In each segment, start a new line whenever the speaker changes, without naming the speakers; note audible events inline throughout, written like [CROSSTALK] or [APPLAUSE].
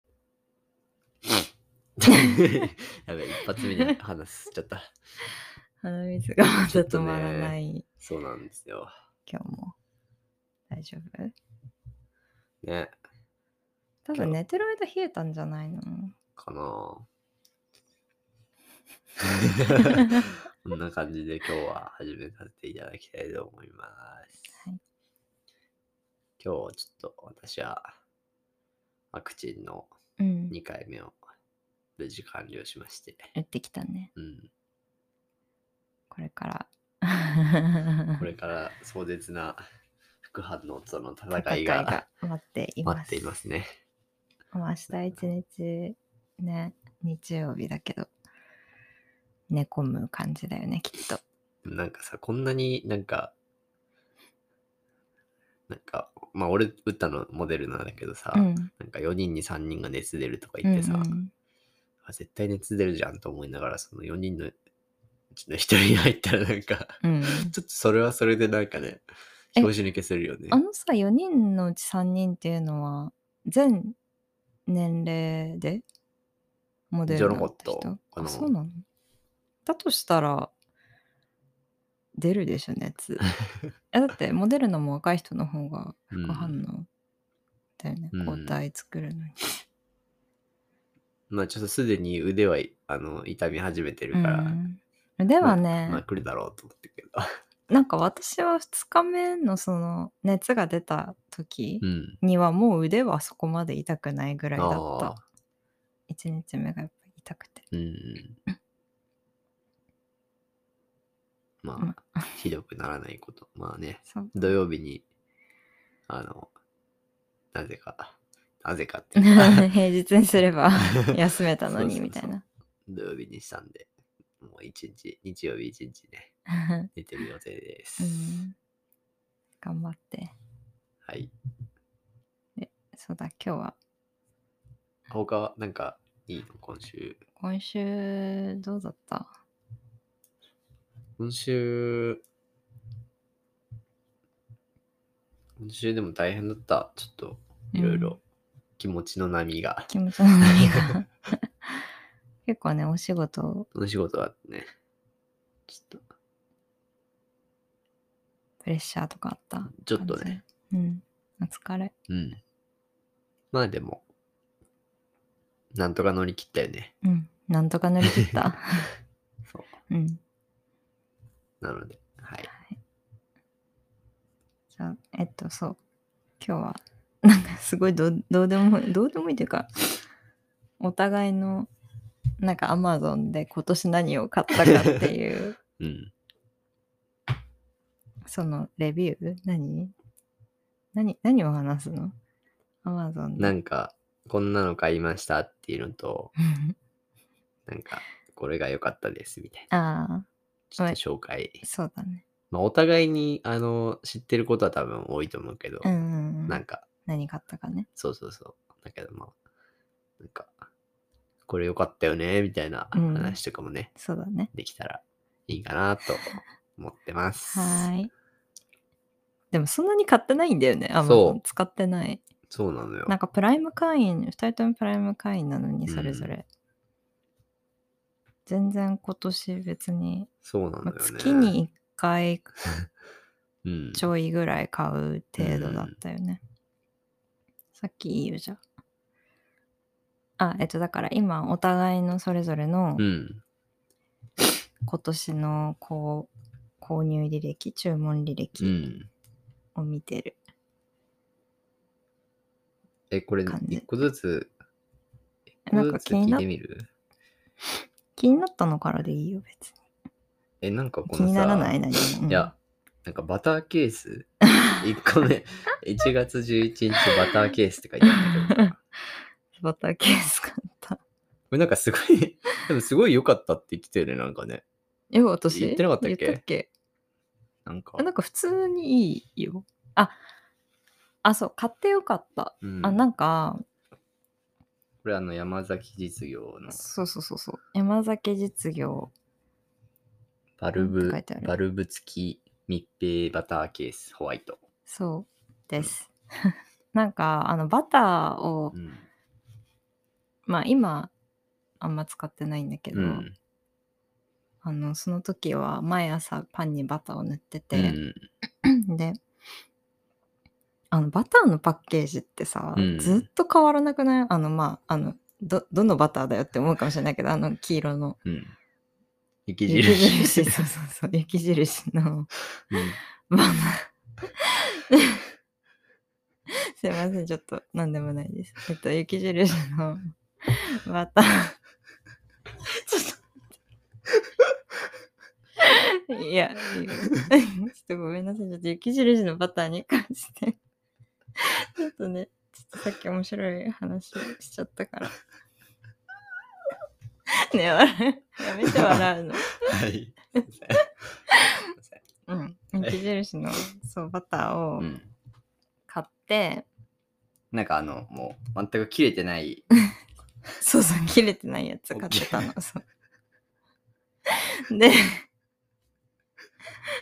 [LAUGHS] やべえ、一発目に話しちゃった。
鼻水がま
ちょ
だ
っと
止
ね
まらない、
そうなんですよ。
今日も。大丈夫
ね、
多
今
分
日
寝てる間冷えたんじゃないの
か [LAUGHS] なぁこんな感じで今日は始めさせていただきたいと思います。
はい
今日ちょっと私はワクチンの
うん。
2回目を無事完了しまして、
打ってきたね。
うん、
これから。
これから壮絶な副反応との戦
戦
い
い
が
が待っています。
待っていますね。
もう明日一日ね、日曜日だけど、寝込む感じだよね、きっと。
なんかさ、こんなになんか、なんか、まあ俺打ったのモデルなんだけどさ、
うん。
なんか4人に3人が熱出るとか言ってさ、
うんうん
あ絶対熱出るじゃんと思いながら、その4人のうちの1人に入ったらなんか、
うん、
ちょっとそれはそれでなんかね、
え
拍子抜けするよね。
あのさ4人のうち3人っていうのは全年齢でモデルになった
じゃなか
人
ったかな
あそうなのだとしたら出るでしょ熱い
[LAUGHS]
やだってモデルナも若い人の方が
うん
副反応だよね、
うん
抗体作るのに、
まあちょっとすでに腕はいあの痛み始めてる
う
から、
ん、ではね、
まあ来るだろうと思ってるけど。
なんか私は2日目のその熱が出た時
うん。
にはもう腕はそこまで痛くないぐらいだった
ああ、
1日目がやっぱ痛くて。
うん。
[LAUGHS]
ま
ま
あ、ひどくならないこと。まあね。 [LAUGHS]
そう
土曜日に、あの、なぜか、なぜかっていう
[LAUGHS]
か
平日にすれば [LAUGHS] 休めたのに
そうそうそう
みたいな。 [LAUGHS]
土曜日にしたんで、もう一日、日曜日一日ね、寝てる予定です。
うん頑張って。
はい。
そうだ、今日は
他は、なんか、いいの今週。
今週どうだった
今週、今週でも大変だった。ちょっと、いろい
うん
ろ気持ちの波が。
気持ちの波が。 [LAUGHS] 結構ね、お仕事
その仕事はね、ちょっと、
プレッシャーとかあった
ちょっとね。
感じうん。お疲れ。
うん。まあでも、なんとか乗り切ったよね。
うん。なんとか乗り切った。
[LAUGHS] そう。
うん。
なので、はい。
じゃあえっと、そう。今日は、なんかすごいどうどうでもいい、どうでもいいというか、お互いの、なんか Amazon で今年何を買ったかっ
[LAUGHS]
ていう、
うん。
そのレビュー何何何を話すの ?Amazon で。
なんか、こんなの買いましたっていうのと、なんか、これが良かったですみたいな。
[LAUGHS] あ
ちょっと紹介。
あ、そうだね。
まあ、お互いに、あの、知ってることは多分多いと思うけど、
うんうんう。
なんんか、
何買ったかね。
そうそうそう。だけど、まあ、なんか、これ良かったよね、みたいな
うん
話とかもね、
そうだね。
できたらいいかなと思ってます。
はーい。でもそんなに買ってないんだよね。
そう
Amazon 使ってない。
そうなのよ。
なんかプライム会員、2人ともプライム会員なのに
うん
それぞれ。全然今年別に、
そうなんだ
ま
よ
あ
ね。
月に1回
うん、
ちょいぐらい買う程度だったよね。さっき言うじゃん。あ、えっとだから今お互いのそれぞれの
うん。
今年のこう購入履歴、注文履
う
歴
ん。
を見てる。
え、これ、
感じ
一個ずつ、一
な
個
ん
ず
か
つ
気に
聞い
な
てみる
気になったのからでいいよ別
え、なんか
に。
この
気
さ、
にならない何も。うん
いや、なんかバターケー
[LAUGHS]
ス ?1 個目、1月11日バターケースって書いてあるんだけどさ、 [LAUGHS]
バターケース買った。
これなんかすごい、でもすごい良かったって言ってたよね、なんかね。
え、私
言ってなかったっけ
言
なんか
あ。なんか普通にいいよ。あ、あ、そう、買ってよかった。
うん、
あ、なんか、
これあの、山崎実業の
そうそうそうそう。山崎実業。
バル
なん
ブ
て書いてあ、る
バルブ付き密閉バターケースホワイト。
そうです。 [LAUGHS] なんか、あの、バターを
う、ん。
まあ今、あんま使ってないんだけど、
うん。
あのその時は毎朝パンにバターを塗って
う
て、
ん。
[CLEARS THROAT] であのバターのパッケージってさ、
うん
ずっと変わらなくないあのまああのどどのバターだよって思うかもしれないけどあの黄色の
うん。雪
雪
印。
印そうそうそう雪印の
うん
バナー [LAUGHS] すいませんちょっと何でもないですえっと雪印のバターちょっと待っていやいいよちょっとごめんなさいちょっと雪印のバターに関してちょっとねちょっとさっき面白い話をしちゃったからねえ笑うやめて笑うの
はい。
うん、
はい
雪印のそうバターを
うん。
買って、
なんかあの、もう全く切れてない。
そうそう切れてないやつ買ってたの。そうで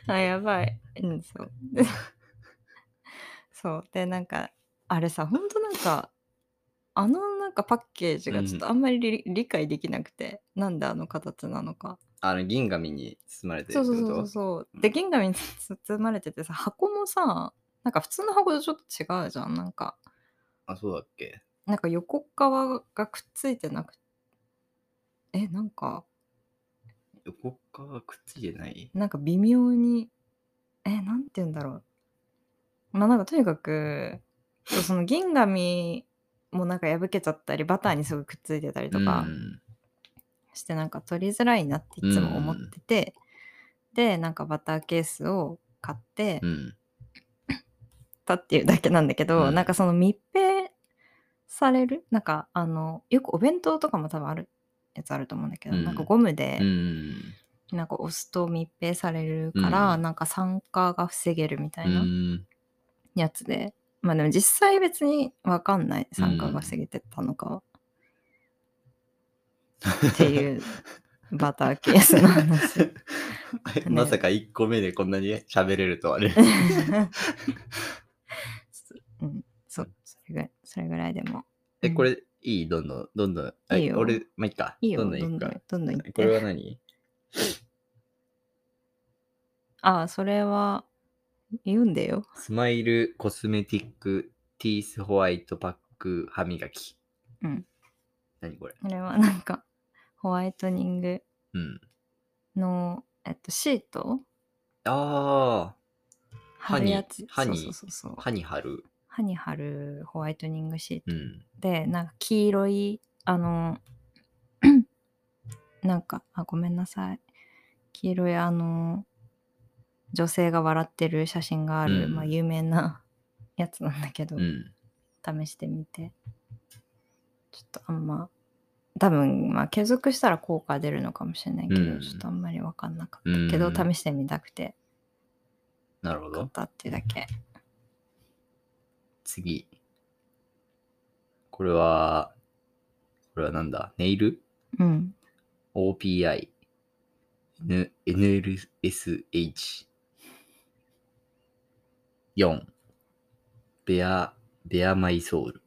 あやばい、うん、そう [LAUGHS] でそうでなんかあれさほんとなんかあのなんかパッケージがちょっとあんまり理,、理解できなくてなんであの形なのか
あの、銀紙に包まれてる
そ
っ
う
て
そ
こ
う
と
そうそうで銀紙に包まれててさ箱もさなんか普通の箱とちょっと違うじゃんなんか
あ、そうだっけ
なんか横側がくっついてなくえなんか
横側くっついてない
なんか微妙にえなんて言うんだろうまあなんかとにかくそうその銀紙もなんか破けちゃったりバターにすぐくっついてたりとか
うん
して、なんか取りづらいなっていつも思ってて、でなんかバターケースを買って
うん。
たっていうだけなんだけど、
うん
なんかその密閉されるなんかあのよくお弁当とかも多分あるやつあると思うんだけど、
うん
なんかゴムで、
うん。
なんか押すと密閉されるから、
うん
なんか酸化が防げるみた
う。
いなんやつで、まあでも実際別に分かんない酸化が防げてたのかは、っていうバターケースの話
[LAUGHS] まさか1個目でこんなに喋れるとはね。
うんそうそれぐらいそれぐらいでも
え、これいいどんどん、どんどん。あ
いいよ
俺、まあ、いいか。
いいよ
ど
ど
ん
ん
どん
どん
いくか
どん。どん言って
これは何
ああそれは言うんでよ
スマイルコスメティックティースホワイトパック歯磨き。
うん。
何これ
これはなんかホワイトニング
うん。
のえっとシート
あ
貼るやつ
歯に
そうそうそうそう
あ、歯に貼る。
歯に貼るホワイトニングシー
う
ト
ん。
でなんか黄色いあの [CLEARS THROAT] なんかあごめんなさい黄色いあの女性が笑ってる写真がある、
うん
まあ有名な [LAUGHS] やつなんだけど、
うん。
試してみてちょっとあんま多分まあ継続したら効果出るのかもしれないけど、
うん
ちょっとあんまり分かんなかったけど、
うん
試してみたくて
なるほ
買っ
ど。
たっていうだけ
次。これは、これはなんだネイル
うん
?OPI。N- NLSH。4。ベア、ベアマイソール。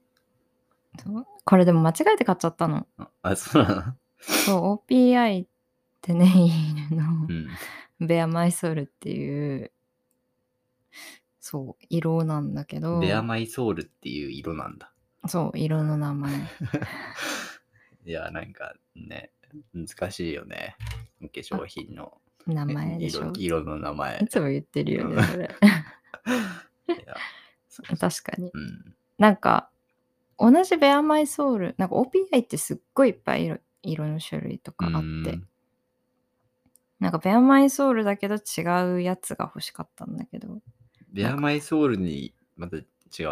そうこれでも間違えて買っちゃったの
あ、あそうなの
そう [LAUGHS] OPI ってねいるの
うん。
ベアマイソールっていうそう色なんだけど
ベアマイソールっていう色なんだ。
そう色の
[LAUGHS]
名前
いや、なんかね、難しいよね。化粧品の
名前でしょ
色色の名
[LAUGHS]
前。
いつも言ってるよねそれ [LAUGHS]
いやそうそう
確かに
うん。
なんか同じベアマイソールなんか OPI ってすっごいいっぱい色色の種類とかあって
うん
なんかベアマイソールだけど違うやつが欲しかったんだけど
ベアマイソールにまた違う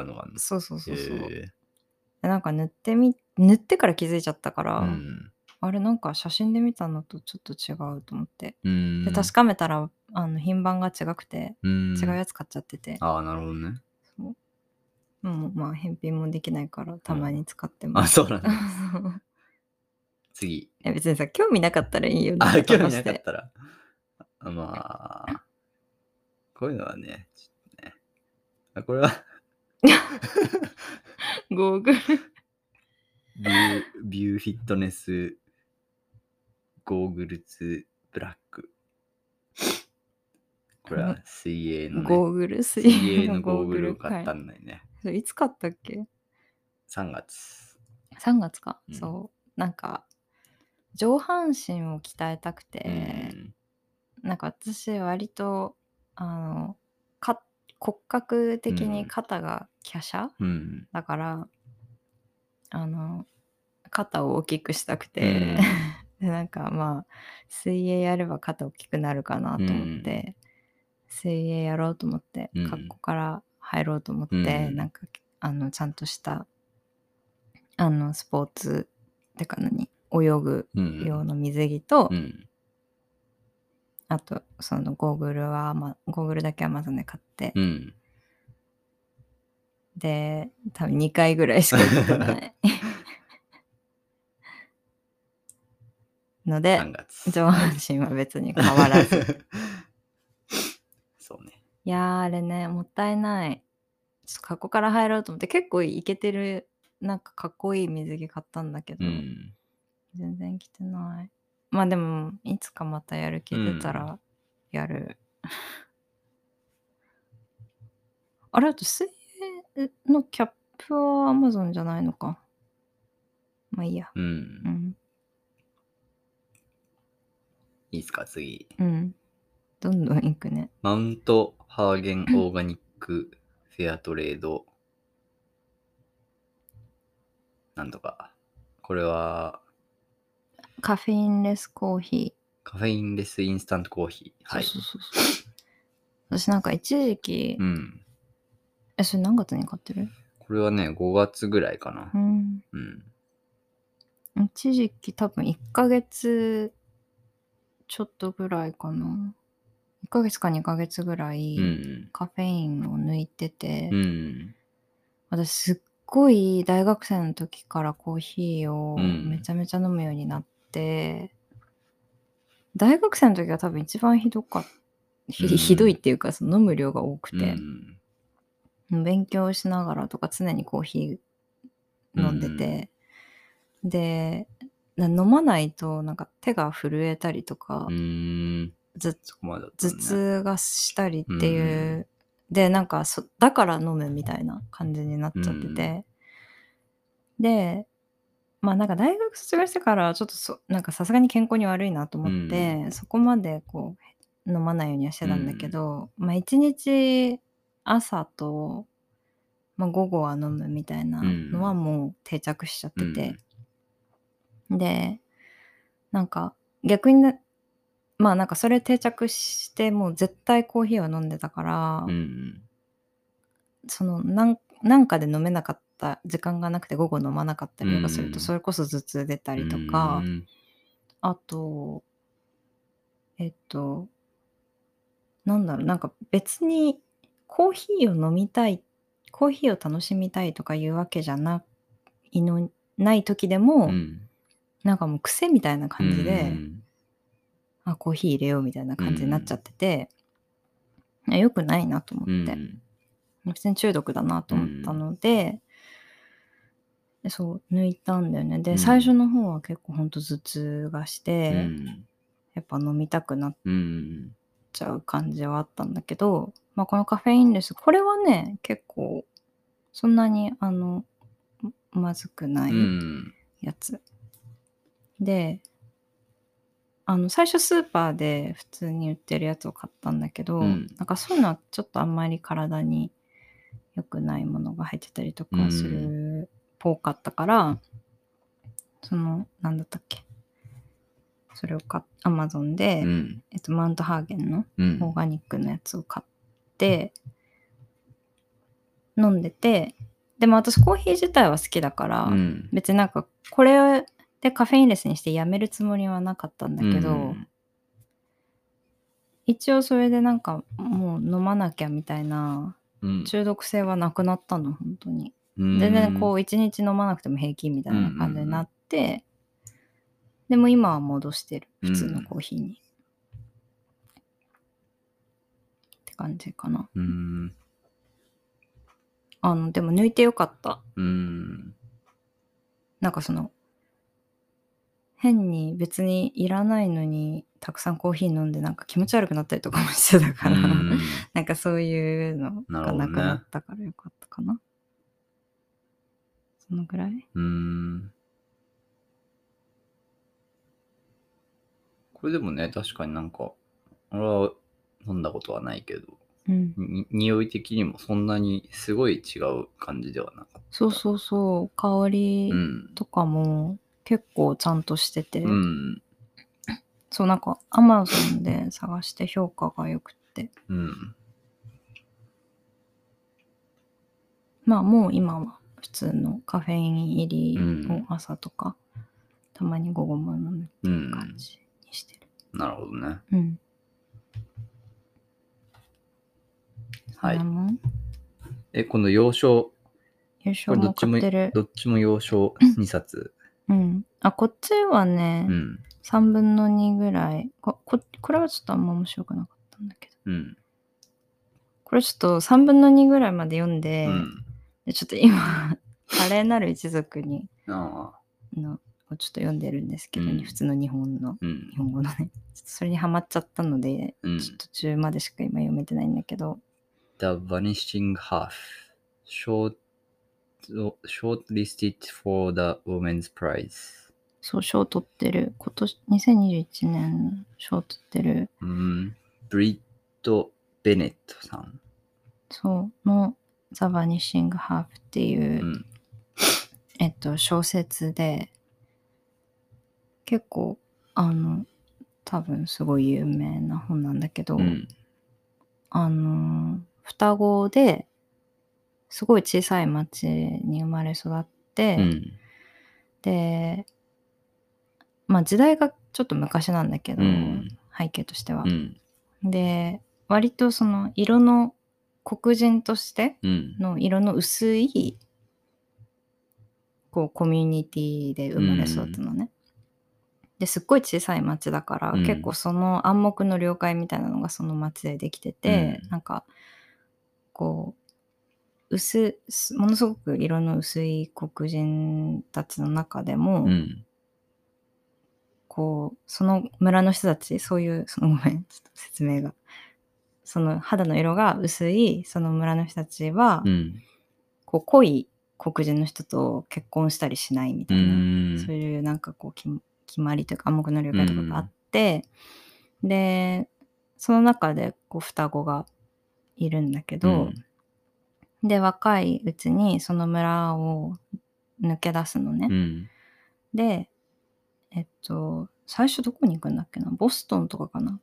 のがあるんです
そうそうそうそう、
へ
なんか塗ってみ塗ってから気づいちゃったか
え
ら、
うん
あれなんか写真で見たのとちょっと違うと思って
うん。
で確かめたらあの品番が違くて
うん
違うやつ買っちゃってて、
ああ、なるほどね。
もうまあ返品もできないからたまに使ってま
あ、
す、
そうなん
[LAUGHS]
だ。次。
え別にさ興味なかったらいいよね
あ、
と
興
か
味な
し
かってたら。あまあ、こういうのはね、ちょっとね。あこれは
ゴーグル
ビュー、ビューフィットネスゴーグルズブラック。これは水泳の、
ゴ
ね、
ーグル水
水泳のゴーグルを買った
はい
んだよね。
それいつ買ったっけ
3月。
3月か、
うん
そうなんか上半身を鍛えたくて
う、ん
なんか私割とあのか骨格的
う
に
ん
肩が華奢、
うん。
だからあの肩を大きくしたく
うん
て、でなんかまあ水泳やれば肩大きくなるかなと思って、水泳やろうと思って、
うん
格好から入ろうと思って、
うん
なんかあのちゃんとしたあのスポーツてか何泳ぐ
[LAUGHS] うん。
用の水着と、
うん。
あとそのゴーグルは、ま、ゴーグルだけ Amazon で買って、
うん。
で多分2回ぐらいしか行ってないので
3月。
上半身は別に変わらず
[LAUGHS] そうね。
いやーあれねもったいないちょっと格好から入ろうと思って結構いけてるなんかかっこいい水着買ったんだけど、
うん。
全然着てないまあでもいつかまたやる気出たらやる、 [LAUGHS] あれあと水泳のキャップは Amazon じゃないのかまあいいや
う。
うんん
いいっすか、次。
うんどんどん行くね
マウントハーゲンオーガニックフェアトレード。なんとか。これは
カフェインレスコーヒ
カフェインレスインスタントコーヒー。
ー、
はい。
そうそうそうそう私なんか一時期、
うん。
えそれ何月に買ってる
これはね、5月ぐらいかな
う。ん
うん。
一時期多分1ヶ月ちょっとぐらいかな1ヶ月か2ヶ月ぐらい
うん。
カフェインを抜いてて、
うん。
私すっごい大学生の時からコーヒーを
うん
めちゃめちゃ飲むようになって、大学生の時は多分一番ひどかったひ,、
うん
ひどいっていうかその飲む量が多く
う
て、
ん。
勉強しながらとか常にコーヒー飲んでて、でな飲まないとなんか手が震えたりとか、
うん。
ず
そこまでだった
頭
ね。
痛がしたりっていう、
う
でなんかそだから飲むみたいな感じになっちゃってて、でまあなんか大学卒業してからちょっとそなんかさすがに健康に悪いなと思って、そこまでこう飲まないようにはしてたんだけど、まあ一日朝と、まあ、午後は飲むみたいなのはもう定着しちゃってて、でなんか逆になまあなんかそれ定着してもう絶対コーヒーは飲んでたから、
うん。
そのなんなんかで飲めなかった時間がなくて午後飲まなかったりとかする
うん
とそれこそ頭痛出たりとか、
うん
あとえっとなんだろうなんか別にコーヒーを飲みたいコーヒーを楽しみたいとかいうわけじゃないのない時でも、
うん
なんかもう癖みたいな感じで。
うん
あコーヒー入れようみたいな感じになっちゃってて、良よくないなと思
うん
って、普通に中毒だなと思ったので、でそう抜いたんだよねで、
うん
最初の方は結構ほんと頭痛がして、
うん
やっぱ飲みたくなっ
うん
ちゃう感じはあったんだけど、まあ、このカフェインレスこれはね結構そんなにあのまずくない
うん
やつ。で、あの、最初スーパーで普通に売ってるやつを買ったんだけど、
うん
なんかそういうのはちょっとあんまり体に良くないものが入ってたりとかするっぽかったから、その、なんだったっけ。それを買っ、アマゾンで、
うん
えっと、マウントハーゲンの
うん
オーガニックのやつを買って、飲んでて、でも私コーヒー自体は好きだから、
うん
別になんかこれでカフェインレスにしてやめるつもりはなかったんだけど、
うん
一応それでなんかもう飲まなきゃみたいな
うん
中毒性はなくなったの本当に
うん
全然こう一日飲まなくても平気みたいな感じになって、でも今は戻してる普通のコーヒーに、って感じかな
うん
あのでも抜いてよかった
うん
なんかその変に別にいらないのにたくさんコーヒー飲んでなんか気持ち悪くなったりとかもしてたから、
うん
[LAUGHS] なんかそういうの
なるほど
が
ね
なくなったからよかったかな。そのぐらい
うん。これでもね、確かになんか、俺は飲んだことはないけど、
うん。
に匂い的にもそんなにすごい違う感じではなかっ
そうそうそう、香り
た。うん。
とかも結構ちゃんとしてて、
うん。
そうなんか Amazon で探して評価が良くて、
うん。
まあもう今は普通のカフェイン入りを朝とか、たまに午後も飲むって
う
い
ん
う。感じにしてる。
なるほどね。
うん。
はい
そんなもん
え、この洋書、
優
これ
勝
ど
も
っち
買
も
ってる、。
どっちも洋書2冊。
うん。あ、こっちはね、
うん。
3分の2ぐらいここ。これはちょっとあんま面白くなかったんだけ
う
ど。
ん。
これちょっと3分の2ぐらいまで読んで、
うん。
でちょっと今、 [LAUGHS] 華麗なる一族に
ああ。
のをちょっと読んでるんですけど、
うん
普通の日本の、
うん
日。本語のね。ちょっとそれにハマっちゃったので、
うん
ちょっと途中までしか今読めてないんだけど、
The Vanishing Half short, Shortlisted for the Women's Prize
そう、賞を取ってる、今年、2021年の賞を取ってる、
うんブリッド・ベネットさん、
そう、の、ザ・バニシング・ハーフっていう、
うん
えっと、小説で、結構、あの、多分すごい有名な本なんだけど、
うん
あの、双子で、すごい小さい町に生まれ育って、
うん
で、まあ時代がちょっと昔なんだけど、
うん
背景としては
う。ん
で、割とその色の黒人として
うん
の色の薄いこうコミュニティで生まれ育ったのね。ですっごい小さい町だから、
うん
結構その暗黙の了解みたいなのがその町でできてて、
うん
なんかこう薄すものすごく色の薄い黒人たちの中でも、
うん
こうその村の人たちそういうそのごめんちょっと説明がその肌の色が薄いその村の人たちは、
うん
こう濃い黒人の人と結婚したりしないみた
う
いな、
ん
そういうなんかこうき決まりというか暗黙の了解とかがあって、でその中でこう双子がいるんだけど、で若いうちにその村を抜け出すのね、
うん
でえっと最初どこに行くんだっけなボストンとかかな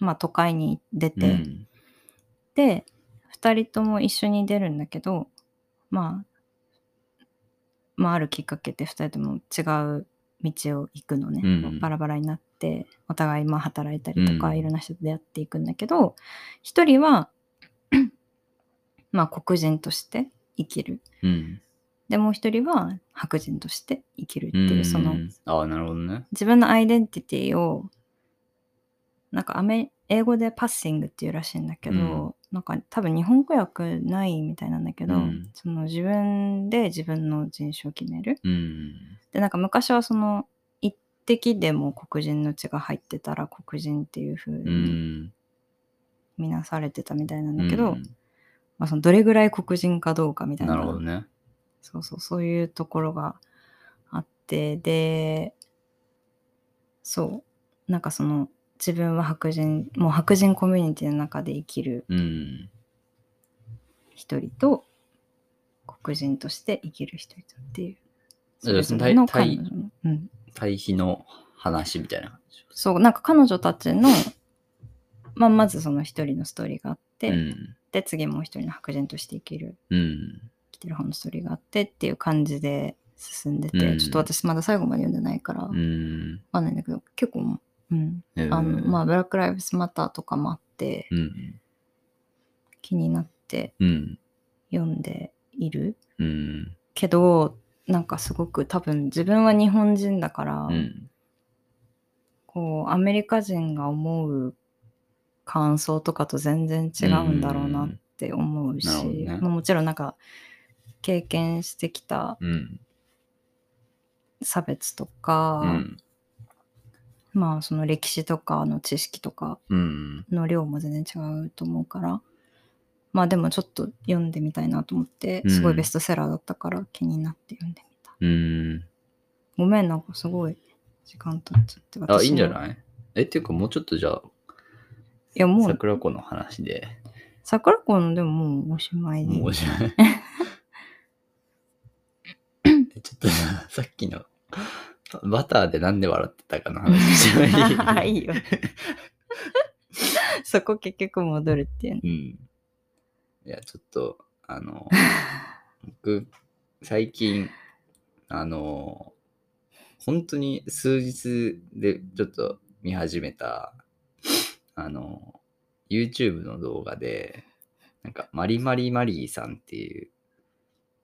まあ都会に出て、
うん
で2人とも一緒に出るんだけど、まあ、まああるきっかけで2人とも違う道を行くのね、
うん
バラバラになってお互いまあ働いたりとか、
うん
いろんな人と出会っていくんだけど1人はまあ黒人として生きる
うん
でもう1人は白人として生きるっていう、
うん
その
ああなるほどね
自分のアイデンティティをなんかアメ英語でパッシングっていうらしいんだけど、
うん
なんか多分日本語訳ないみたいなんだけど、
うん
その自分で自分の人種を決める
うん
でなんか昔はその一滴でも黒人の血が入ってたら黒人っていう風
う
に
ん
見なされてたみたいなんだけ
う
ど、
ん
まあ、そのどれぐらい黒人かどうかみたい
な
な
るほどね
そうそう、そういうところがあって、で、そう、なんかその、自分は白人、もう白人コミュニティの中で生きる
うん
一人と、黒人として生きる一人とっていう。
だからその
れぞれの
対
彼女のうん。
対比の話みたいな感じ
そう、なんか彼女たちの、まあ、まずその一人のストーリーがあって、
うん
で、次もう一人の白人として生きる
うん
生きてる方のストーリーがあってっていう感じで進んでて、
うん
ちょっと私まだ最後まで読んでないから、
うん
わかんないんだけど結構、うん
うん
あのまあ、ブラック・ライブスマターとかもあって
うん
気になって
うん
読んでいる
うん
けどなんかすごく多分自分は日本人だから、
うん
こうアメリカ人が思う感想とかと全然違うんだろうなって思うし、
うんなるほどね
まあもちろんなんか経験してきた
うん
差別とか、
うん。
まあその歴史とかの知識とか
うん。
の量も全然違うと思うからまあでもちょっと読んでみたいなと思って
うん
すごいベストセラーだったから気になって読んでみた、
うん。
ごめんなんかすごい時間経っちゃって
あ、いいんじゃ
い
ないえ、っていうかもうちょっとじゃあ、
いやもう
桜子の話で、
桜子のでももうおしまいで
もうじゃ
[LAUGHS]
ないえちょっとさっきの、バターでなんで笑ってたかの話してもいい
[LAUGHS] いいよそこ結局戻るっていうね
うん。いや、ちょっと、あの、僕、最近、あの、本当に数日でちょっと見始めた、あの、YouTube の動画で、なんか、マリマリマリーさんっていう、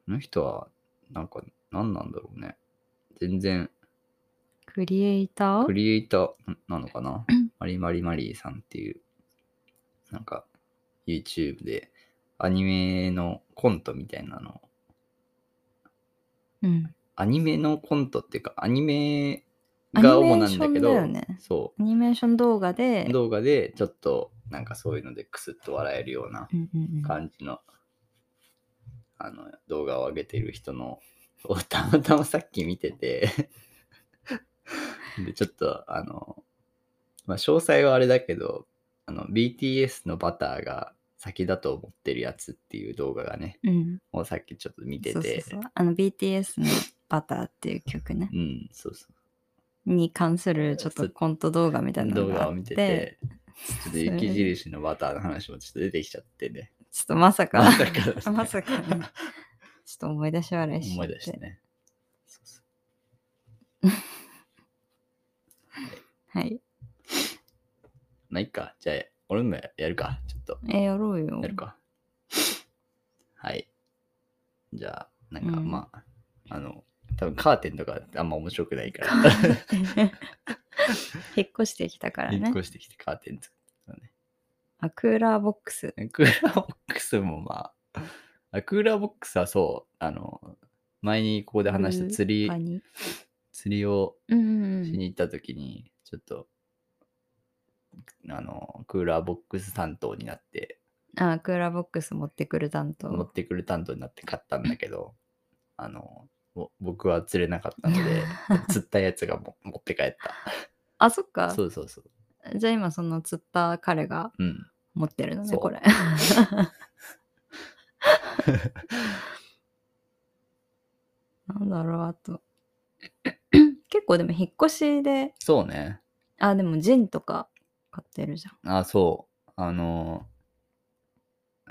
この人は、なんか、何なんだろうね。全然、
クリエイタ
ク
ー
リエイターなのかなマリマリマリーさんっていう、なんか YouTube でアニメのコントみたいなのを
うん
アニメのコントっていうかアニメ
アニメ
が主なんだけ
ーションだ
ど、
よね
そ
アニメーション動画で
う動画でちょっとなんかそういうのでクスッと笑えるような
うんうんうん
感じの、あの動画を上げてる人の [LAUGHS] をたまたまさっき見てて [LAUGHS] でちょっとあの、まあ、詳細はあれだけどあの BTS のバターが先だと思ってるやつっていう動画がね
うん
もうさっきちょっと見て
そうそう
て
そうあの BTS の「バター」っていう曲ね
うんそうそう
に関するちょっとコント動画みたいなの
動
が
画
あ
を
っ
見て
て
てちょっと
そ
雪
れ
印のバターの話もちょっと出てきちゃってね
ちょっとまさか
まさかですね
[LAUGHS] まさかねちょっと思い出し笑いしちゃって
思い出してねそうそう
はい
まあいいかじゃあ俺もやるかちょっと
えやろうよ
やるか。はい。じゃあ、なんか、
うん
まあ、あの、多分カーテンとかあんま面白くないか
カ
ら、
[LAUGHS] 引っ越してきたから
[LAUGHS] 引っ
ね
越してきてカーテン作ったね
あクーラーボックス。
クーラーボックスもまああ、クーラーボックスはそう、あの、前にここで話した釣り
他、に
釣りを
うん
しに行った時に、ちょっと、あの、クーラーボックス担当になって、
あクーラーボックス持ってくる担
持
当
ってくる担当になって買ったんだけ
[LAUGHS]
ど、あの、ぼ僕は釣れなかったの
[LAUGHS]
で、釣ったやつがも持って帰った。
あそっか
そうそうそう。
じゃあ今その釣った彼が
うん。
持ってるのね
そう
これ [LAUGHS] なんだろうあと結構でも引っ越しで
そうね。
あでもジンとか買ってるじゃん
あ、そう。あの、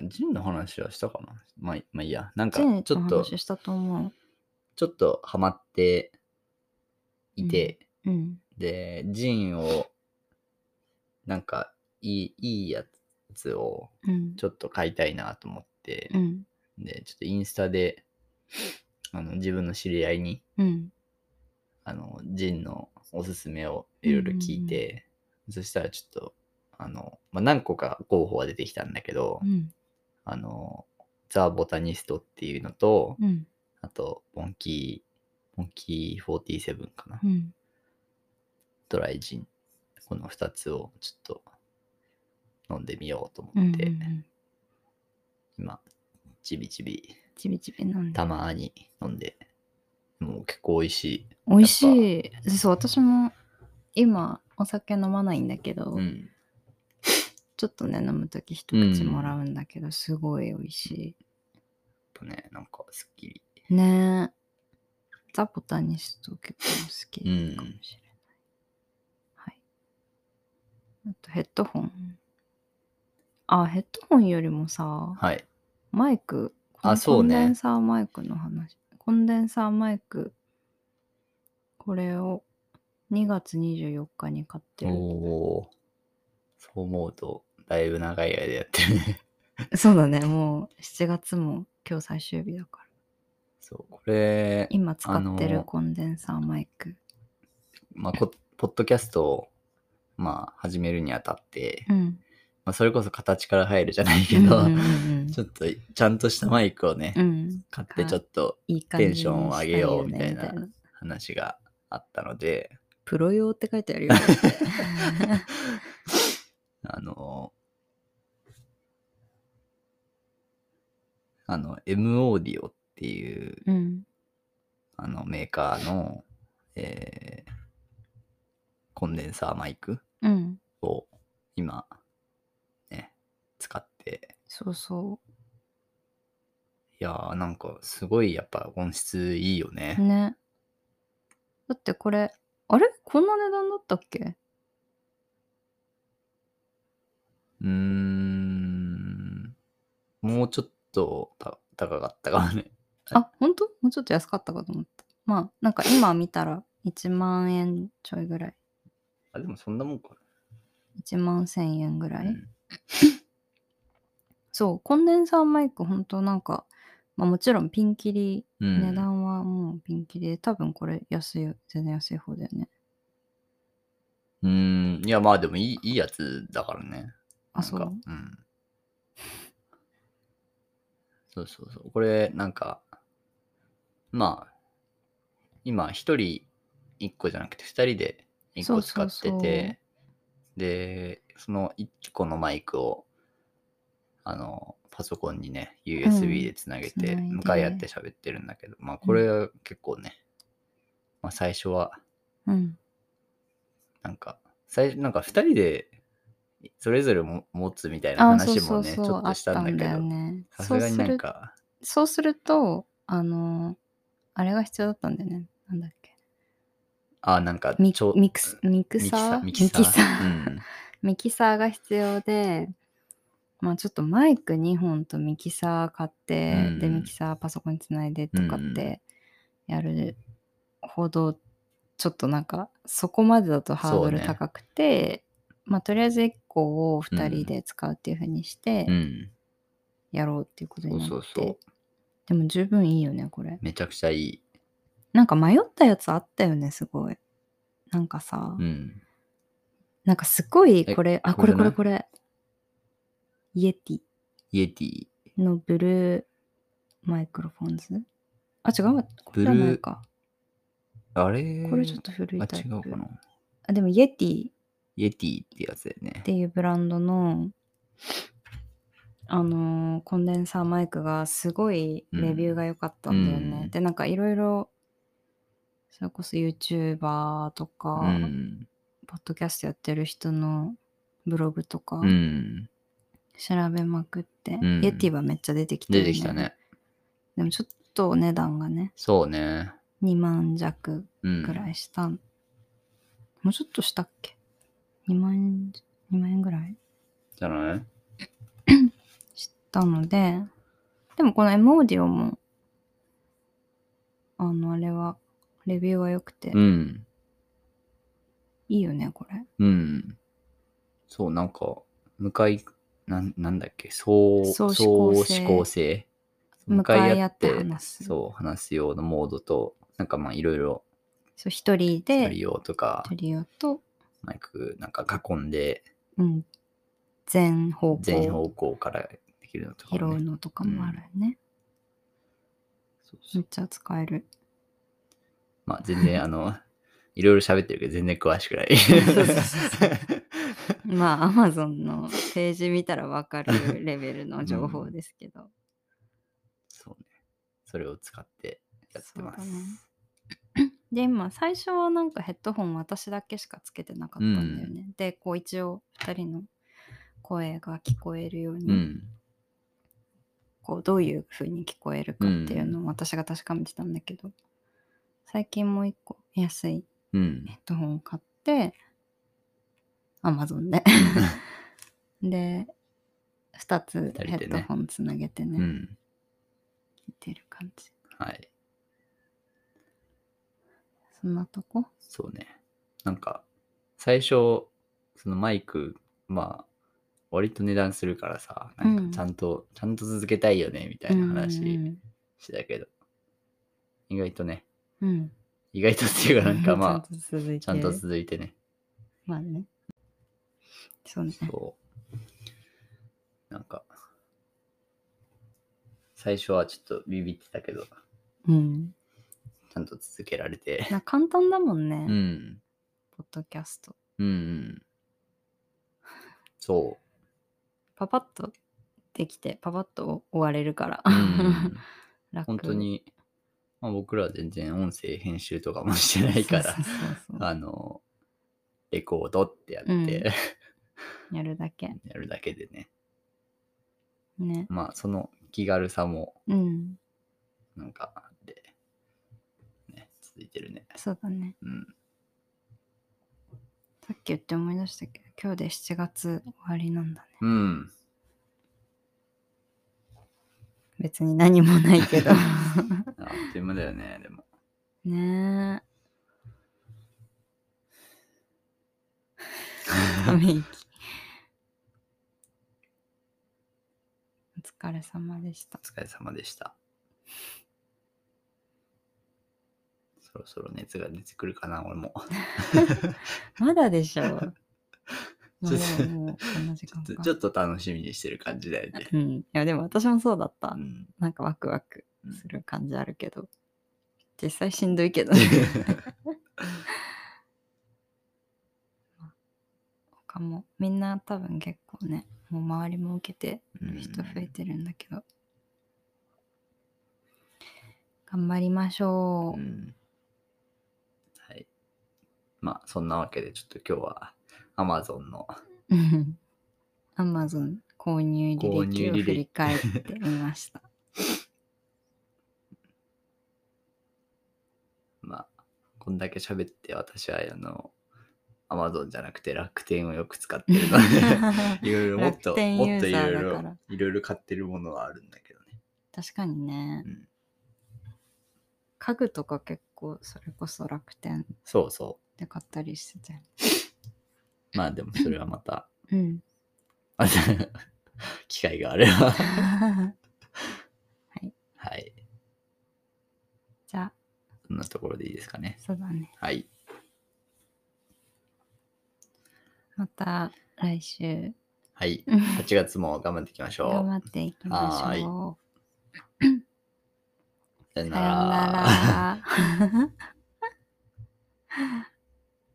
ジンの話はしたかなまあ、まあいいや。なんか
ジ、ン
ちょ
の
っと、
話したと思
ちょっとハマっていて、
ううん
で、ジンを、なんか、いい、いいやつを、
うん
ちょっと買いたいなと思って、
うん
で、ちょっとインスタで、あの自分の知り合いに、
うん
あの、ジンのおすすめをいろいろ聞いて、そしたらちょっと、あの、まあ、何個か候補は出てきたんだけど、
うん
あの、ザ・ボタニストっていうのと、
うん
あと、モンキー、モンキー47かな、
うん
ドライジン。この2つをちょっと飲んでみようと思
うんうん
って、
うん
今、ちびちび、
ちびちび飲んで
たまに飲んで、もう結構美味しい。
美味しいでそう私も今お酒飲まないんだけど、
うん。
ちょっとね飲む時一口もらうんだけど、すごい美味し
やっぱね、なんかすっきり。
いねえザポタニスト結構好きかもしれない、はいあとヘッドホンあヘッドホンよりもさ
はい。
マイク
あそうね
コンデンサーマイクの話コンデンサーマイクこれを2月24日に買って
お
る
おー。そう思うと、だいぶ長い間やってるね。 [LAUGHS]
[LAUGHS] そうだねもう7月も今日最終日だから
そう、これ、
今使って
あ
る
の
コンデンサーマイク。
まあ、こポッドキャストを、まあ、始めるにあたって、
うん。
まあ、それこそ形から入るじゃないけ
うん
ど、
うんう
[LAUGHS]
ん
ちょっと、ちゃんとしたマイクをね、
うん。
買って、ちょっと
いい感じ
テンションを上げようみたいな
にしたいよね
話があったので、
プロ用って書いてあるよ。
あの、あの、M オーディオっていう
[LAUGHS] うん。
あのメーカーの、えーコンデンサーマイク
うん。
を今、ね、使って、
そうそ
いやーなんかすごいやっぱ音質いいよね。
う。ね。だってこれ、あれこんな値段だったっけ
うーんもうちょっとた高かったかもね。 [LAUGHS]
あ、本当？もうちょっと安かったかと思った。まあ、なんか今見たら1万円ちょいぐらい。
あ、でもそんなもんか。
1万1000円ぐらい。
うん
そう、コンデンサーマイク、本当なんか、まあもちろんピンキリ、
うん
値段はもうピンキリで、多分これ安い、全然安い方だよね。
うーん、いやまあでもいいいいやつだからね。
あ、
なん
そ
か
う。
ん。そうそうそう。これ、なんか、まあ、今、一人一個じゃなくて、二人で一個使ってて、
そうそうそう
で、その一個のマイクを、あの、パソコンにね、USB でつなげて、
つないで
向かい合って喋ってるんだけど、まあ、これは結構ね、まあ、最初は、
うん。
なんか、最初、なんか二人で、それぞれも持つみたいな
あ、そう
話
そ
も
う
ね、
そう、
ちょっとしたんだけ
あった
ど、
んだよね。
さ
そ
す
う
が
す
になん
る
か、
そうすると、あの、あれが必要だったんだよね。なんだっけ。
あ、なんか、
ミ
ちょ
ミクスミクサー
ミキサー。
ミキサ
う
ー
ん
ミキサーが必要で、まあちょっとマイク2本とミキサー買って、
うん
で、ミキサーパソコンにつないでとかってやるほど、ちょっとなんか、そこまでだとハードル
そうね
高くて、まあとりあえず1個を2
うん
人で使うっていうふうにして
う、ん。
やろうっていうこ
そ
とに
う
なって、
そうそう。
でも十分いいよね、これ。
めちゃくちゃいい。
なんか迷ったやつあったよね、すごい。なんかさ、
うん。
なんかすごい
え
これ、あ、
こ
こ
れじ
れ
ゃ
こ
ない
れこれ。イエティ。
イエティ。
のブルーマイクロフォンズあ、違う。これじゃ
ブ
な
ル
い
ー
か。
あれ
これちょっと古い
あ、
タイ
違
プ。
うかな。
あでも、イエティっ
イエティってやつだよね。
ていうブランドの、あのーコンデンサーマイクがすごいレビューが良かったんだよね。
うん
で、なんかいろいろ、それこそ YouTuber とか、
うん。
ポッドキャストやってる人のブログとか
うん。
調べまくって、
うん
イエティはめっちゃ出てきたよ
出てきたね。
でもちょっとお値段がね、
そうね。
2万弱
うん。
ぐらいした、もうちょっとしたっけ2万円2万円ぐらい
じゃない
したのででもこの M オーディオもあのあれはレビューは良くて、
うん。
いいよねこれ
うん。そう、なんか、向かい、なんなんだっけ、そう、
相思
そう
構
思
成
考性。
向かい合って話す
そう、話す用のモードと、なんかまあいろいろ、
そう一人
ト
で
リオとか、
トリオと、
マイクなんか囲んで、
うん、全方向
全方向からできるのとか
拾
も
う
ね。
のとかもあるよね、
そうそ
めっ
う
ちゃ使える
まあ全然、あ
[LAUGHS]
の、いろいろ喋ってるけど、全然詳しくない。
そうそうそうまあアマゾンのページ見たらわか [LAUGHS] るレベルの情報ですけど、
[LAUGHS] そうね。それを使ってやってま
そう
す
だ。ねで今最初はなんかヘッドホン私だけしかつけてなかったんだよね、でこう一応2人の声が聞こえるように、
うん。
こうどういう風に聞こえるかっていうのを私が確かめてたんだけど、最近もう一個安い
うん。
ヘッドホンを買ってアマゾンで [LAUGHS] で2つ
二人
ヘ
でね
ッドホンつなげてね
うん。
聞いてる感じ
はい。
そんなとこ
そうね。なんか、最初、そのマイク、まあ、割と値段するからさ、なん
うん
かちゃんと、ちゃんと続けたいよね、みたいな話してたけど、意外とね、
うんうんうん
意外とっていうか、なんかま
[LAUGHS] ちゃんと続い
あ、
て
[LAUGHS] ちゃんと
る
続いてね、
まあね。そうね。
そう。なんか、最初はちょっとビビってたけど、
うん。
ちゃんと続けられて。
な簡単だもんね、
うん。
ポッドキャスト。
うんうん。そう。
パパッとできて、パパッと終われるから。
[LAUGHS] うん、
楽
本当に、まあ、僕らは全然音声編集とかもしてないか
そう
ら
そう、そうそう
あの、レコードってやって、
うんやるだけ。
やるだけでね、
ね。
まあその気軽さも
うん。
なんかあって、ね、続いてるね。
そうだね。
うん。
さっき言って思い出したけど、今日で7月終わりなんだね。
うん。
別に何もない
[LAUGHS]
けど。
ああっという間だよね、でも。 [LAUGHS]
ねえ。ため息。お疲れ様でした
お。疲れ様でした。そろそろ熱が出てくるかな、俺も。
まだで
[LAUGHS]
しょう。
ちょっと
もうもうこんな時間
ちょ
か。
ちょっと楽しみにしてる感じだよね。
うん。いや、でも私もそうだった
う。ん。
なんかワクワク
うん
する感じあるけど。実際しんどいけどね。他も、みんな多分結構ね、もう周りも受けて
うん
人増えてるんだけど。頑張りましょ
う
う。
んはい。まあ、そんなわけで、ちょっと今日は Amazon の、
[LAUGHS] Amazon 購入
購
履
入履
歴を
歴
振り返ってみました。
まあ、こんだけ喋って、私は、あの、Amazon じゃなくて楽天をよく使ってるの
[LAUGHS]
で、いろいろもっと、
楽天
もっとい
ユーザ
ろい
ーだから
ろ、いろいろ買ってるものはあるんだけどね。
[LAUGHS] 確かにね、
うん
家具とか結構それこそ楽天
そうそ
で買ったりしてて
う。まあ、でもそれはまた、 [LAUGHS]
うん
また機会があれば。はい。
[LAUGHS] じゃあ
そんなところでいいですかね。
そうだね
はい。
また来週
[LAUGHS] はい。
うん
8月も頑張っていきましょ
頑張
う。
っていきましょ
さよな
うさよう
ら。
なら